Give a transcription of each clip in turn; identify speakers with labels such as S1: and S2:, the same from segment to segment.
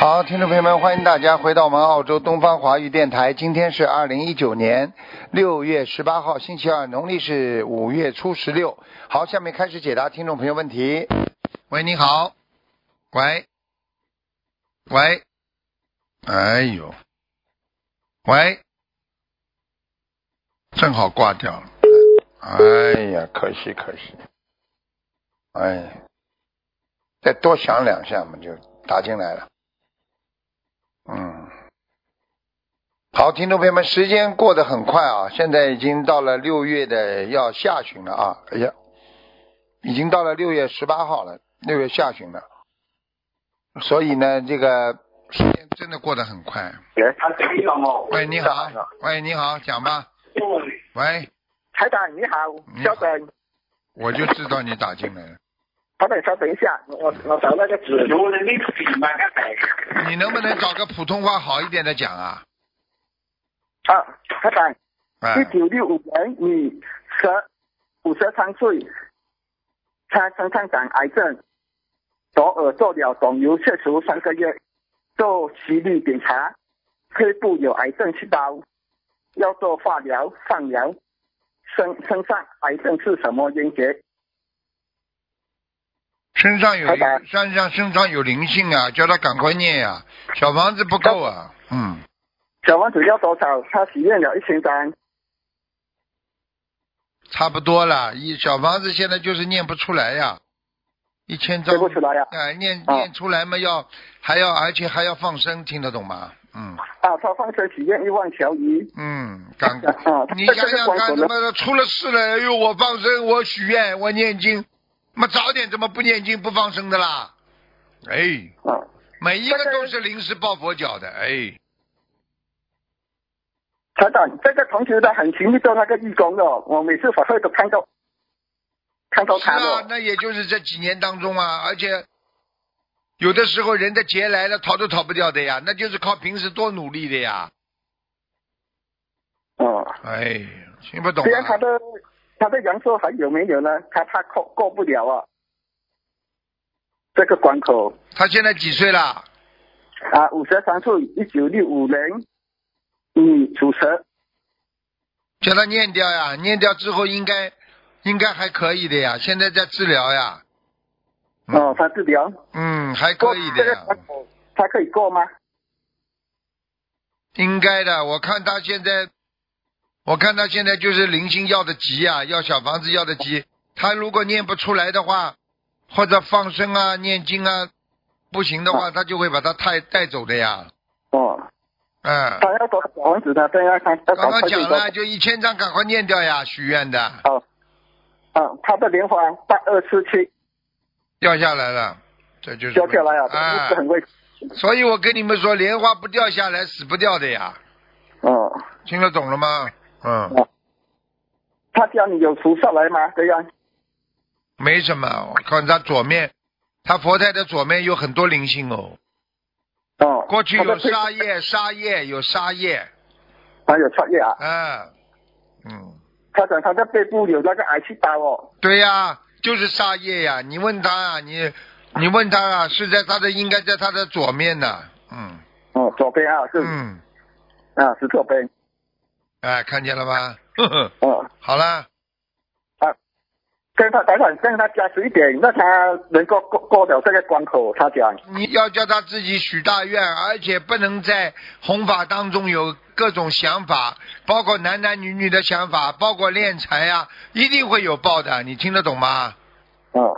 S1: 好，听众朋友们，欢迎大家回到我们澳洲东方华语电台。今天是二零一九年六月十八号，星期二，农历是五月初十六。好，下面开始解答听众朋友问题。喂，你好。喂。喂。哎呦。喂。正好挂掉了。哎呀，可惜可惜。哎呀，再多响两下嘛，就打进来了。嗯，好，听众朋友们，时间过得很快啊，现在已经到了六月的要下旬了啊，哎呀，已经到了六月十八号了，六月下旬了，所以呢，这个时间真的过得很快。喂，你好，喂，你好，讲吧。喂，
S2: 台长你好
S1: 你，好
S2: 稍等，
S1: 我就知道你打进来了，
S2: 稍等，稍等一下，我我找那个纸。
S1: 你能不能找个普通话好一点的讲啊？
S2: 啊，台长，
S1: 哎，
S2: 一九六五年女，蛇，五十三岁，她身上长癌症，左耳做了肿瘤切除三个月，做视力检查，肺部有癌症细胞，要做化疗、放疗。身身上癌症是什么冤结？
S1: 身上有
S2: 拜拜
S1: 身上身上有灵性啊，叫他赶快念呀、小房子不够啊，嗯，
S2: 小王子要多少？他许愿了一千张。
S1: 差不多了，一小房子现在就是念不出来呀、一千张
S2: 对不起来呀
S1: 哎，念
S2: 啊
S1: 念出来嘛，要还要而且还要放生，听得懂吗？嗯
S2: 啊，他放生许愿一万条鱼，
S1: 嗯， 赶
S2: 啊啊
S1: 你
S2: 这
S1: 想
S2: 这是
S1: 想
S2: 光
S1: 看，
S2: 头
S1: 他
S2: 的
S1: 妈的出了事了，哎呦，我放生，我许愿，我念经，妈早点怎么不念经不放生的啦？哎，
S2: 啊，
S1: 每一个
S2: 拜拜
S1: 都是临时抱佛脚的，哎。
S2: 团长，这个同学他很勤力做那个义工的哦，我每次法会都看到，看到
S1: 是
S2: 他
S1: 啊，
S2: 的。
S1: 那也就是这几年当中啊，而且有的时候人的劫来了，逃都逃不掉的呀，那就是靠平时多努力的呀。
S2: 嗯，
S1: 哎呀，听不懂
S2: 虽然他
S1: 啊？
S2: 的他的阳寿还有没有呢？他怕过过不了啊，这个关口
S1: 他现在几岁了？
S2: 啊，五十三岁，一九六五年，女，属蛇。
S1: 叫他念掉呀，念掉之后应该应该还可以的呀，现在在治疗呀。
S2: 哦
S1: 嗯，
S2: 他治疗
S1: 嗯，还
S2: 过
S1: 可以的
S2: 这个
S1: 呀，
S2: 关口，他可以过吗？
S1: 应该的。我看他现在，我看他现在就是灵性要的急呀、要小房子要的急。他如果念不出来的话，或者放生啊、念经啊不行的话，他就会把他带带走的呀。
S2: 哦，
S1: 嗯，
S2: 他要多少房子呢？这样他要
S1: 刚
S2: 赶
S1: 刚
S2: 快
S1: 讲
S2: 多
S1: 了，就一千张，赶快念掉呀，许愿的
S2: 哦，啊，他的莲花八二四七
S1: 掉下来了，这就是
S2: 掉下来啊，
S1: 啊
S2: 这、很危险。
S1: 所以我跟你们说，莲花不掉下来死不掉的呀，
S2: 哦，
S1: 听得懂了吗？嗯，
S2: 他家里有菩萨来吗？这样
S1: 没什么，我看他左面，他佛台的左面有很多灵性哦。
S2: 哦，
S1: 过去
S2: 他的
S1: 有
S2: 配
S1: 沙叶，沙叶有沙叶，
S2: 还有创业啊，
S1: 啊，嗯，
S2: 他讲他的背部有那个癌细胞哦，
S1: 对呀、就是沙叶呀、你问他啊，你你问他啊，是在他的应该在他的左面呢、嗯
S2: 哦，左边啊是、
S1: 嗯，
S2: 啊是左边，
S1: 哎，看见了吧？呵呵，
S2: 哦，
S1: 好了，
S2: 跟他打算跟他加持一点，让他能够过过了这个关口。他讲
S1: 你要叫他自己许大愿，而且不能在弘法当中有各种想法，包括男男女女的想法，包括敛财啊，一定会有报的，你听得懂吗？
S2: 哦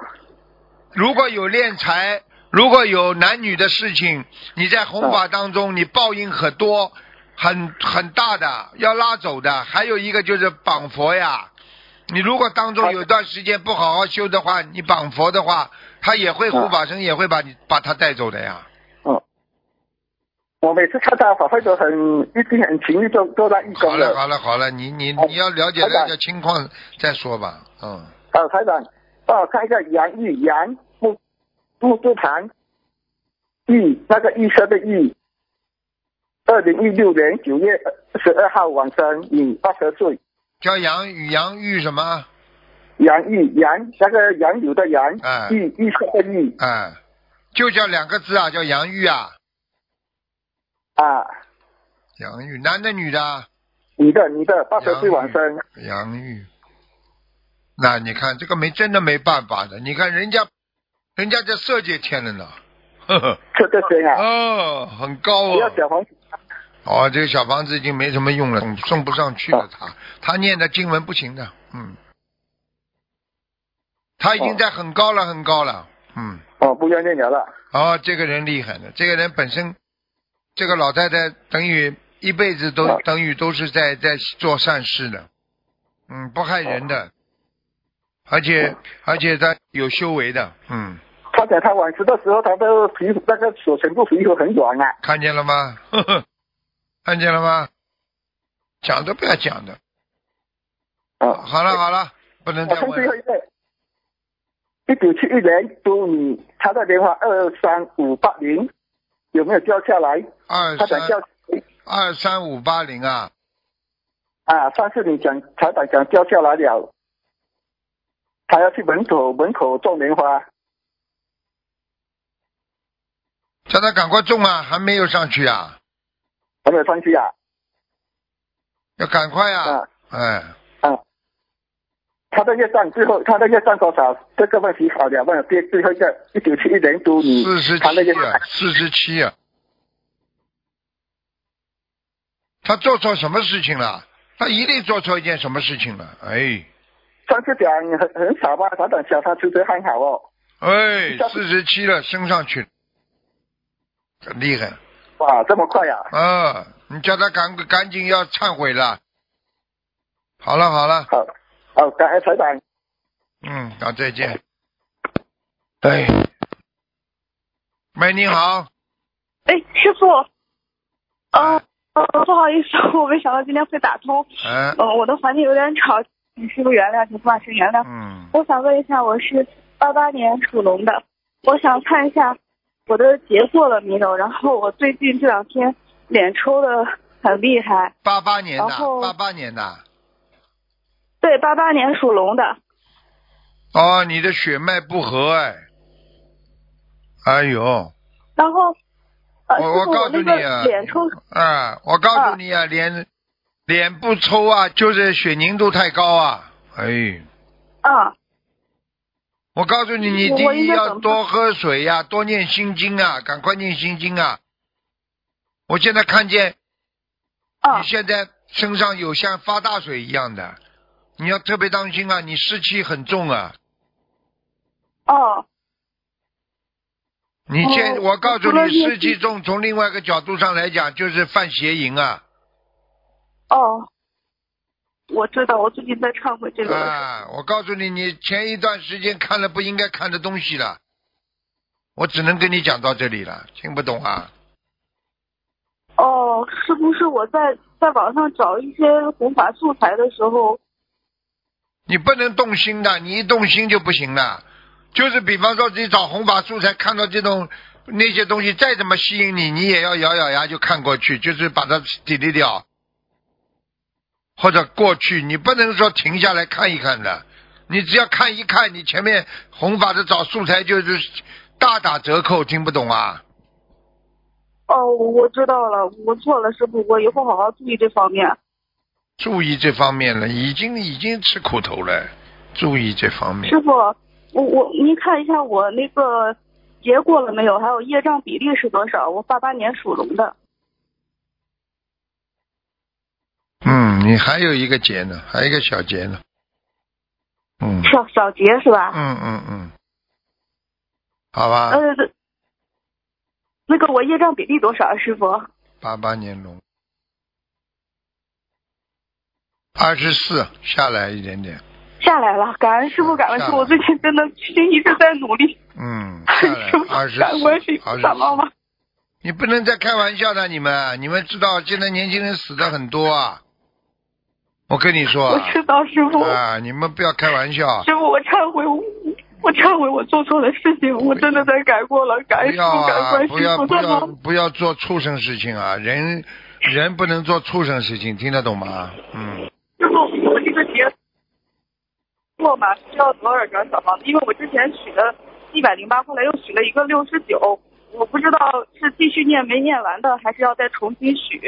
S1: 如果有敛财，如果有男女的事情，你在弘法当中，你报应很多，很很大的，要拉走的。还有一个就是绑佛呀，你如果当中有段时间不好好修的话，你绑佛的话，他也会护法神也会把你把他带走的呀。
S2: 哦，我每次看他法会都很一定很勤力做做那义
S1: 好
S2: 工
S1: 了
S2: 的。
S1: 好了好了，你你
S2: 好
S1: 你要了解
S2: 好的
S1: 了解情况再说吧，嗯。
S2: 哦，台长，哦，看一下杨玉杨木木字旁，玉那个医生的玉。二零一六年九月十二号晚上，女，二十岁，
S1: 叫杨宇杨玉什么？
S2: 杨玉杨那个杨柳的杨
S1: 哎，
S2: 玉玉生的玉，
S1: 哎、就叫两个字啊，叫杨玉啊。
S2: 啊，
S1: 杨玉，男的女的啊？
S2: 你的你的八十岁往生
S1: 杨玉，那你看这个没真的没办法的，你看人家，人家在色界天了呢，呵呵，
S2: 这个谁啊？
S1: 哦，很高
S2: 不要
S1: 哦，
S2: 小黄
S1: 哦，这个小房子已经没什么用了，送送不上去了
S2: 哦
S1: 他，他念的经文不行的，嗯，他已经
S2: 哦
S1: 在很高了，很高了，嗯。
S2: 哦，不要念了了。
S1: 哦，这个人厉害的，这个人本身，这个老太太等于一辈子都、
S2: 啊
S1: 等于都是在在做善事的，嗯，不害人
S2: 啊
S1: 的，而且而且她有修为的，嗯，
S2: 他讲他往生的时候，他的皮肤那个手全部皮肤很软啊。
S1: 看见了吗？ 呵呵，看见了吗？讲都不要讲的，
S2: 啊，
S1: 好了好了，不能
S2: 我
S1: 再
S2: 看
S1: 问啊
S2: 最后
S1: 了。
S2: 一个，一九七一年祝你，他的电话二三五八零有没有叫下来？
S1: 二
S2: 他想
S1: 三
S2: 叫
S1: 二三五八零啊，
S2: 啊，上次你讲台长讲叫下来了，他要去门口门口种莲花，
S1: 叫他赶快种啊，还没有上去啊，
S2: 还没有上去啊
S1: 要赶快啊，
S2: 啊
S1: 哎。
S2: 啊！他的业障最后他的业障多少？这个问题好了，问了最最后一个一九七一年祝
S3: 嗯
S2: 你
S1: 四十
S2: 他的业
S1: 七
S2: 障
S1: 啊，四十七啊！他做错什么事情了？他一定做错一件什么事情了？哎
S2: 上次讲很很少吧，他等小他出车很好哦，
S1: 哎
S2: 下，次
S1: 四十七了，升上去了，很厉害
S2: 哇，这么快呀、啊！
S1: 啊！你叫他赶赶紧要忏悔了。好了好了，
S2: 好，好，感恩台长。
S1: 嗯，好再见。哎，喂，你好，
S3: 哎，师傅，呃，呃，不好意思， 我没想到今天会打通。
S1: 哎，
S3: 呃，我的环境有点吵，请师傅原谅，请法师原谅。
S1: 嗯，
S3: 我想问一下，我是八八年属龙的，我想看一下我的节做了没有？然后我最近这两天脸抽的很厉害。
S1: 八八年的
S3: 然，后
S1: 八八年的，
S3: 对，八八年属龙的，
S1: 哦，你的血脉不和哎，哎呦，
S3: 然后呃，
S1: 我
S3: 师
S1: 我
S3: 傅，
S1: 告诉
S3: 那
S1: 你啊
S3: 个脸抽
S1: 啊，我告诉你啊，脸脸不抽啊，就是血凝度太高啊，哎，
S3: 啊，
S1: 我告诉你，你
S3: 我
S1: 第
S3: 我
S1: 一
S3: 应该怎
S1: 要
S3: 么
S1: 多喝水呀、多念心经啊，赶快念心经啊！我现在看见
S3: 啊
S1: 你现在身上有像发大水一样的，你要特别当心啊，你湿气很重啊。
S3: 哦
S1: 你现、
S3: 哦
S1: 我告诉
S3: 除了
S1: 你，
S3: 业
S1: 湿气
S3: 绩
S1: 重，从另外一个角度上来讲，就是犯邪淫啊。
S3: 哦，我知道，我最近在忏悔这个问题。
S1: 啊，我告诉你，你前一段时间看了不应该看的东西了，我只能跟你讲到这里了，听不懂啊？
S3: 哦，是不是我在在网上找一些弘法素材的时候，
S1: 你不能动心的，你一动心就不行了。就是比方说，你找红法素材看到这种那些东西，再怎么吸引你，你也要咬咬牙就看过去，就是把它抵离掉，或者过去，你不能说停下来看一看的。你只要看一看，你前面红法的找素材就是大打折扣，听不懂啊？
S3: 哦，我知道了，我错了，师傅，我以后好好注意这方面。
S1: 注意这方面了，已经已经吃苦头了，注意这方面
S3: 师。傅，我我您看一下我那个结过了没有？还有业障比例是多少？我八八年属龙的。
S1: 嗯，你还有一个节呢，还有一个小节呢。嗯
S3: 小小结是吧？
S1: 嗯嗯嗯，好吧，
S3: 呃，那个我业障比例多少啊，师傅？
S1: 八八年龙，二十四下来一点点，
S3: 下来了，感恩师傅，感恩
S1: 下
S3: 师
S1: 来
S3: 傅，我最近真的心一直在努力。
S1: 嗯，下来
S3: 师傅，
S1: 二十
S3: 感恩观世
S1: 四
S3: 音，
S1: 二十
S3: 菩萨妈妈。
S1: 你不能再开玩笑了，你们你们知道现在年轻人死的很多啊，我跟你说
S3: 我
S1: 啊
S3: 知道师傅。
S1: 啊，你们不要开玩笑啊。
S3: 师傅，我忏悔，我我忏悔，我做错的事情，我真的在改过了，感
S1: 不
S3: 恩师
S1: 要
S3: 傅，感恩
S1: 啊！
S3: 观世
S1: 不
S3: 音
S1: 要
S3: 菩
S1: 不
S3: 萨
S1: 要
S3: 妈妈
S1: 不要做畜生事情啊！人人不能做畜生事情，听得懂吗？嗯，
S3: 师傅，我这个节做嘛需要多少张小房子？因为我之前许了一百零八，后来又许了一个六十九，我不知道是继续念没念完的，还是要再重新许。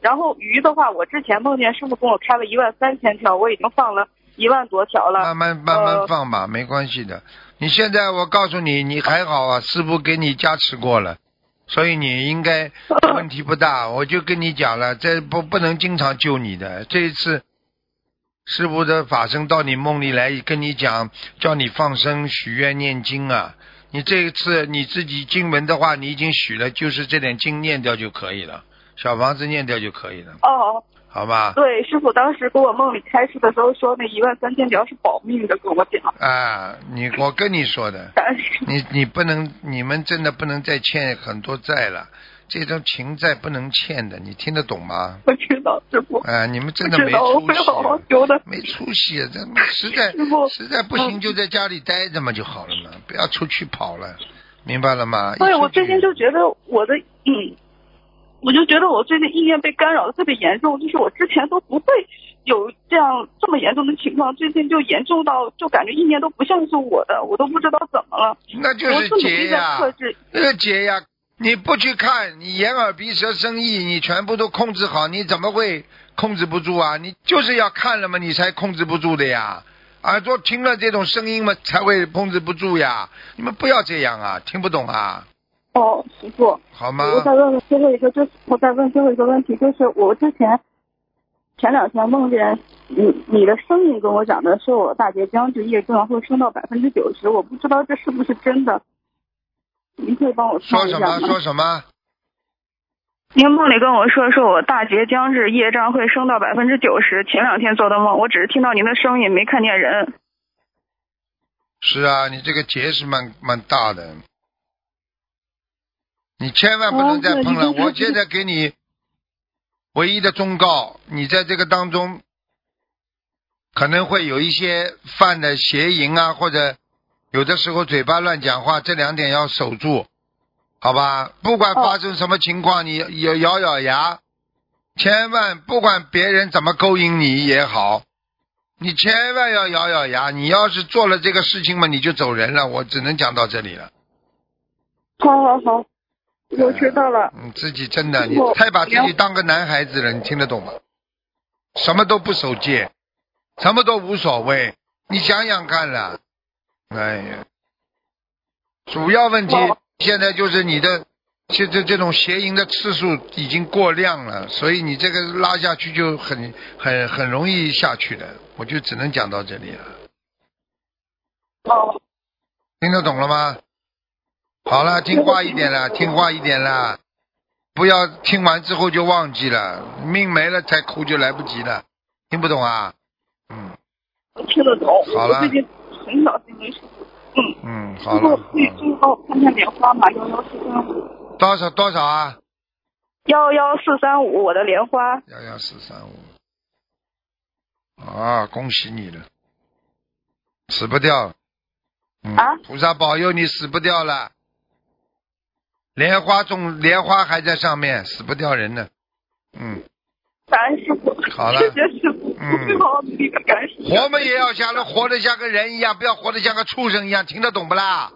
S3: 然后鱼的话，我之前梦见师傅跟我开了一万三千条，我已经放了一万多条了。
S1: 慢慢慢慢
S3: 呃
S1: 放吧，没关系的。你现在我告诉你，你还好啊，师傅给你加持过了，所以你应该问题不 大。我就跟你讲了，这不不能经常救你的。这一次，师傅的法身到你梦里来跟你讲，叫你放生、许愿、念经啊。你这一次你自己经文的话，你已经许了，就是这点经念掉就可以了，小房子念掉就可以了，
S3: 哦，
S1: 好 吧？
S3: 对，师傅当时给我梦里开示的时候说那一万三千条是保命的，跟我讲。
S1: 啊，你我跟你说的，
S3: 感恩师父
S1: 你你不能，你们真的不能再欠很多债了，这种情债不能欠的，你听得懂吗？
S3: 我知道师傅，
S1: 啊，你们真的
S3: 我
S1: 没
S3: 知道我
S1: 出
S3: 会好好
S1: 息，
S3: 修的。
S1: 没出息，啊 这实在
S3: 师傅嗯
S1: 实在不行就在家里待着嘛就好了嘛，不要出去跑了，明白了吗？
S3: 对，
S1: 一出
S3: 我最近
S1: 去
S3: 就觉得我的嗯，我就觉得我最近意念被干扰的特别严重，就是我之前都不会有这样这么严重的情况，最近就严重到就感觉意念都不像是我的，我都不知道怎么了。
S1: 那就是
S3: 我是努
S1: 劫
S3: 力在
S1: 呀、
S3: 克制，
S1: 那个劫呃呀、你不去看，你眼耳鼻舌身意，你全部都控制好，你怎么会控制不住啊？你就是要看了嘛，你才控制不住的呀。耳朵听了这种声音嘛，才会控制不住呀。你们不要这样啊，听不懂啊，
S3: 哦，师傅，
S1: 好吗？
S3: 我再问最后一个，就是我再问最后一个问题，就是我之前前两天梦见你你的声音跟我讲的是我大结僵直业症会升到百分之九十，我不知道这是不是真的，您可以帮我看
S1: 说
S3: 一下
S1: 什
S3: 吗
S1: 么？？说什么？
S3: 您梦里跟我说，说我大劫将至，业障会升到百分之九十。前两天做的梦，我只是听到您的声音，没看见人。
S1: 是啊，你这个劫是蛮蛮大的，你千万不能再碰了。
S3: 哦对
S1: 我现在给你唯一的忠告，你在这个当中可能会有一些犯的邪淫啊，或者有的时候嘴巴乱讲话，这两点要守住，好吧？不管发生什么情况，你咬咬咬牙，千万不管别人怎么勾引你也好，你千万要咬咬牙。你要是做了这个事情嘛，你就走人了。我只能讲到这里了。
S3: 好好好，我知道了。
S1: 你嗯自己真的，你
S3: 我
S1: 太把自己当个男孩子了，你听得懂吗？什么都不守戒，什么都无所谓，你想想看啦。哎呀，主要问题
S3: 我
S1: 现在就是你的这这这种邪淫的次数已经过量了，所以你这个拉下去就很很很容易下去的。我就只能讲到这里了，
S3: 哦，
S1: 听得懂了吗？好了，听话一点了，听话一点了，不要听完之后就忘记了，命没了才哭就来不及了，听不懂啊？嗯
S3: 我听得懂。
S1: 好了
S3: 我最近很少进行。嗯，
S1: 嗯，好
S3: 师傅
S1: 了，
S3: 可以
S1: 好
S3: 最帮我看看莲花吗？幺幺四三五。
S1: 多少多少啊？
S3: 幺幺四三五，我的莲花。
S1: 幺幺四三五。啊，恭喜你了，死不掉。嗯、
S3: 啊
S1: 菩萨保佑你死不掉了。莲花种莲花还在上面，死不掉人呢。嗯，
S3: 感恩师傅。
S1: 好了
S3: 谢谢师傅，
S1: 嗯
S3: 我会好好努力的。感恩师傅。
S1: 活嘛也要像活得像个人一样，不要活得像个畜生一样，听得懂不啦？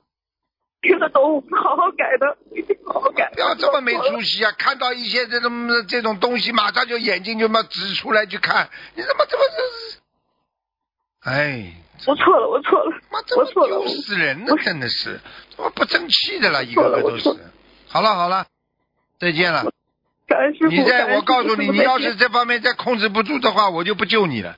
S3: 听得懂，我会好好改的，我一定好好改。
S1: 不要这么没出息啊！看到一些这种这种东西，马上就眼睛就嘛指出来去看，你怎么这么这？哎，
S3: 我错了，我错了
S1: 妈，这
S3: 我
S1: 么
S3: 错了。
S1: 丢死人呢
S3: 我，
S1: 真的是，怎么不争气的了，一个个都
S3: 错了我错
S1: 是。好了好了，再见了。
S3: 感恩师傅。
S1: 你
S3: 感
S1: 再
S3: 恩
S1: 我
S3: 师
S1: 告
S3: 傅
S1: 诉
S3: 师
S1: 你，
S3: 傅
S1: 你
S3: 再
S1: 要
S3: 见
S1: 是这方面再控制不住的话，我就不救你了。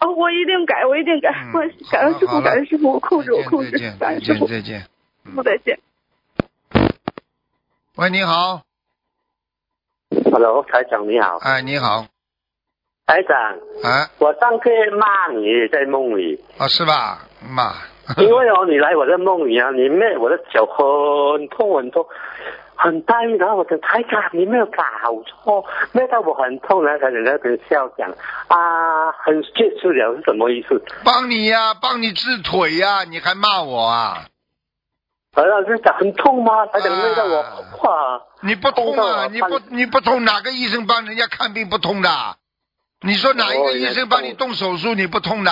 S3: 哦，我一定改，我一定改
S1: 嗯。
S3: 我感恩师
S1: 好了好
S3: 傅，
S1: 了
S3: 感恩师傅，我控制，我
S1: 再见
S3: 控制
S1: 再见，
S3: 感
S1: 再见
S3: 恩师傅，
S1: 再见。
S3: 师傅再见。
S1: 喂，你好，
S4: Hello，台长你好，
S1: 哎，你好，
S4: 台长，
S1: 哎，
S4: 我上次骂你在梦里，
S1: 啊是吧？妈，
S4: 因为哦你来我的梦里啊，你妹我的脚很痛很痛，很大意，然后我讲台长你没有搞错，妹到我很痛，然后台长在那边笑讲啊，很结束了是什么意思？
S1: 帮你呀、帮你治腿呀、你还骂我啊？
S4: 然后就讲很痛吗？台长
S1: 啊
S4: 妹到我哇，
S1: 你不通啊？
S4: 痛
S1: 你
S4: 到
S1: 不
S4: 我
S1: 你不通，哪个医生帮人家啊看病不通的？你说哪一个
S4: 哦
S1: 医
S4: 原
S1: 生
S4: 来是
S1: 帮你
S4: 痛
S1: 啊动手术你不通的？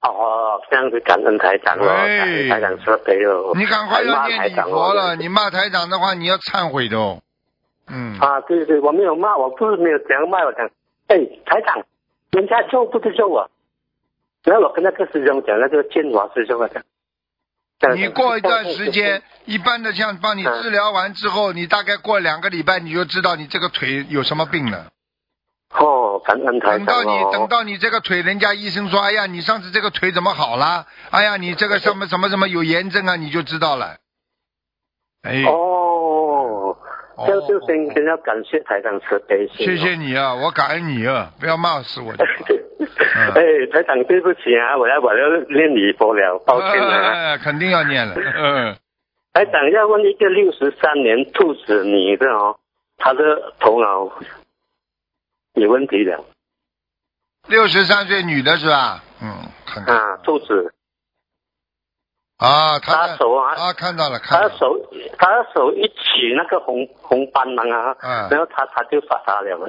S4: 哦，这样子感恩台长哦，感恩台长说对哦，
S1: 你赶快
S4: 还
S1: 要
S4: 骂
S1: 念
S4: 台
S1: 礼
S4: 长
S1: 佛
S4: 哦
S1: 了，你骂台长的话，你要忏悔的哦。嗯，
S4: 啊，对对，我没有骂，我不是没有讲骂，我讲，哎，台长，人家救不是救我，然后我跟那个师兄讲，那个建华师兄啊讲，讲
S1: 你过一段时间，，一般的像帮你
S4: 嗯
S1: 治疗完之后，你大概过两个礼拜，你就知道你这个腿有什么病了。
S4: 哦，感恩台
S1: 等
S4: 长
S1: 到你
S4: 哦，
S1: 等到你这个腿，人家医生说，哎呀，你上次这个腿怎么好啦？哎呀，你这个什么什么什么有炎症啊，你就知道了。哎，
S4: 哦，
S1: 哦
S4: 这就先先要感谢台长慈悲心、
S1: 谢谢。你啊，我感恩你啊，不要骂死我就好。
S4: 哎，台长，对不起啊，我要我要练礼佛了，抱歉啊。
S1: 哎肯定要念了。嗯，
S4: 台长要哎问一个六十三年兔子女的哦，她的头脑有问题的
S1: 六十三岁女的是吧？嗯，看看
S4: 啊，兔子，
S1: 啊，她
S4: 她
S1: 的
S4: 手啊，
S1: 啊，看到了，看
S4: 她
S1: 到
S4: 的
S1: 了。
S4: 手，她的手一起那个红红斑狼啊，
S1: 嗯
S4: 然后她她就发达了嘛。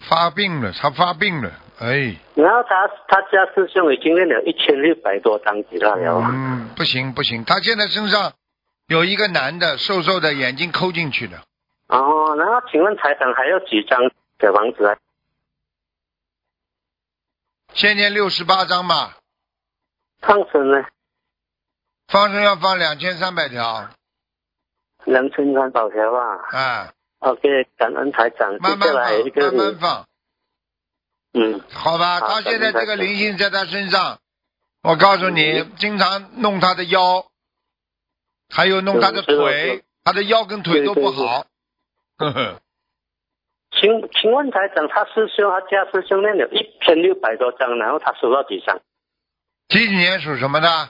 S1: 发病了，她发病了，哎，
S4: 然后她她家师兄已经练了一千六百多张吉拉了，
S1: 嗯，不行不行，她现在身上有一个男的，瘦瘦的，眼睛抠进去的，
S4: 哦，然后请问台长还要几张小房子啊？
S1: 先念六十八章嘛，
S4: 放生呢？
S1: 放生要放两千三百条，
S4: 两千三百条啊。
S1: 啊，
S4: OK，感恩台长。
S1: 慢
S4: 接
S1: 慢
S4: 下来一
S1: 放，
S4: 个
S1: 慢慢
S4: 你，
S1: 放，
S4: 嗯，
S1: 好吧？
S4: 好
S1: 他现在这个
S4: 感恩台长
S1: 灵性在他身上，我告诉你
S4: 嗯，
S1: 经常弄他的腰，还有弄他的
S4: 嗯是的是
S1: 腿
S4: 的，
S1: 他的腰跟腿
S4: 对
S1: 都不
S4: 对对
S1: 好。呵 呵，
S4: 请请问台长，他师兄他家师兄练了一千六百多张，然后他收到几张？
S1: 几几年属什么的？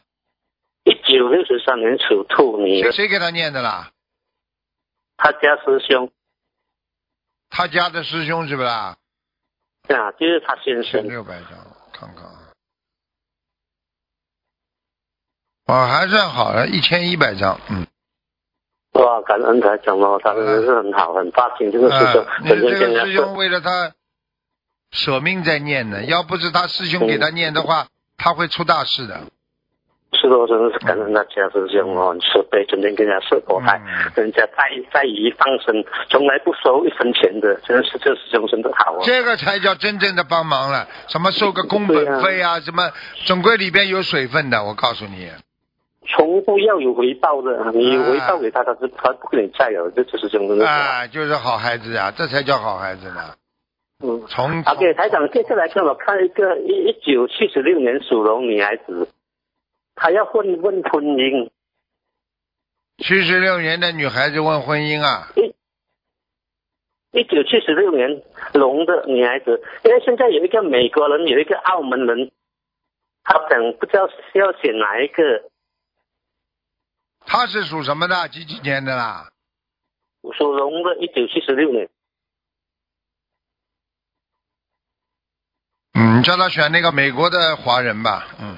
S4: 一九六十三年属兔女
S1: 谁
S4: 的，
S1: 谁给他念的啦？
S4: 他家师兄
S1: 他家的师兄是不是啦？
S4: 啊，就是他先生。
S1: 六百张，看看啊。哦，还算好了，一千一百张，嗯，
S4: 哇，感恩台长哦，他真的是很好，很发心这个师兄
S1: 啊，，你
S4: 整天
S1: 这
S4: 跟
S1: 个
S4: 人
S1: 师
S4: 家
S1: 兄
S4: 说，
S1: 为了他舍命在念
S4: 嗯
S1: 呢，要不是他师兄给他念的话，他会出大事的。
S4: 是的，真的是感恩他家师兄
S1: 嗯
S4: 哦，很慈悲，整天跟人家说佛台，人家在在于放生，从来不收一分钱的，真的是这师兄真的好哦。
S1: 这个才叫真正的帮忙了，什么收个工本费啊，什么总归里边有水分的，我告诉你。
S4: 从不要有回报的，啊你有回报给他，他就他不跟你在了，这就是真的。
S1: 啊，就是好孩子啊，这才叫好孩子呢。
S4: 嗯。
S1: 从
S4: 好，给台长，接下来给我看一个一一九七十六年属龙女孩子，她要问问婚姻，
S1: 七十六年的女孩子问婚姻啊，
S4: 一九七十六年龙的女孩子，因为现在有一个美国人，有一个澳门人，他想不知道是要选哪一个，
S1: 她是属什么的？几几年的啦？
S4: 属龙的，一九七十六年，
S1: 嗯，叫她选那个美国的华人吧。嗯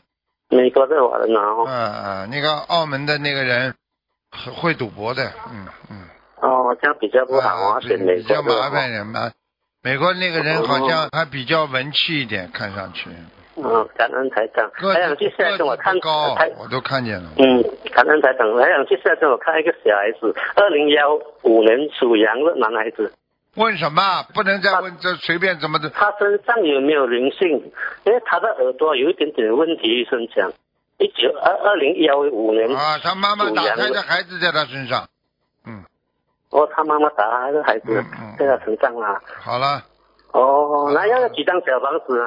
S4: 美国的华人啊，
S1: 嗯
S4: 哦
S1: 嗯，那个澳门的那个人很会赌博的。嗯嗯。
S4: 哦，这样比较不好
S1: 啊
S4: 啊，
S1: 对
S4: 选美
S1: 比
S4: 国哦
S1: 较
S4: 的
S1: 麻
S4: 哦。
S1: 烦人嘛。美国那个人好像还比较文气一点，看上去。
S4: 嗯，感恩台长，
S1: 个
S4: 台长
S1: 子
S4: 接下来给我
S1: 个子
S4: 看
S1: 不高
S4: 台，，
S1: 我都看见了。
S4: 嗯，感恩台长，台长接下来给我看一个小孩子，二零幺五年属羊的男孩子，
S1: 问什么？不能再问这随便怎么的。
S4: 他身上有没有灵性？因为他的耳朵有一点点问题，医生讲，一九二二零幺五年，
S1: 啊，他妈妈打胎的孩子在他身上。嗯，
S4: 哦，他妈妈打他的孩子
S1: 嗯嗯，
S4: 现在成长了，
S1: 好了，
S4: 哦，那要几张小房子啊？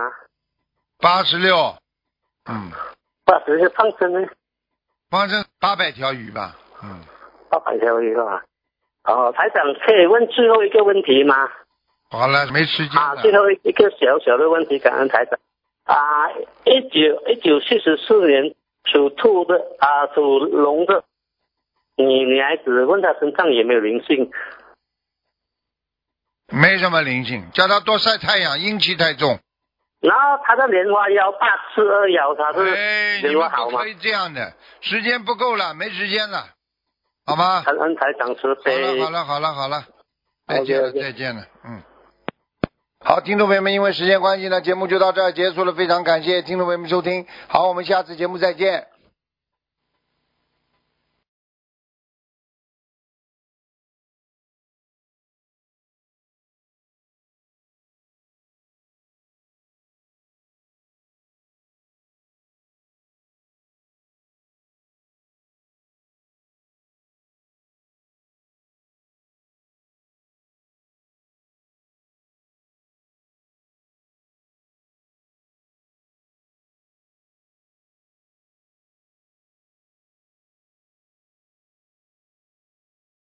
S1: 八十六。嗯，
S4: 八十是放生呢，
S1: 反正八百条鱼吧。嗯，
S4: 八百条鱼是吧？哦，台长可以问最后一个问题吗？
S1: 好了，没时间
S4: 啊，
S1: 了。
S4: 最后一个小小的问题，感恩台长。啊，一九一九七十四年属兔的啊，属龙的女女孩子，问她身上有没有灵性？
S1: 没什么灵性，叫他多晒太阳，阴气太重。
S4: 然后她的莲花腰八四二幺，她
S1: 哎你
S4: 是，莲花
S1: 们
S4: 好
S1: 不
S4: 吗
S1: 可？以这样的，时间不够了，没时间了，好吗？
S4: 感恩台长慈
S1: 好了
S4: 悲。
S1: 好了好了好了，再见了
S4: OK，OK
S1: 再见了，嗯。好，听众朋友们，因为时间关系呢，节目就到这儿结束了，非常感谢听众朋友们收听，好，我们下次节目再见。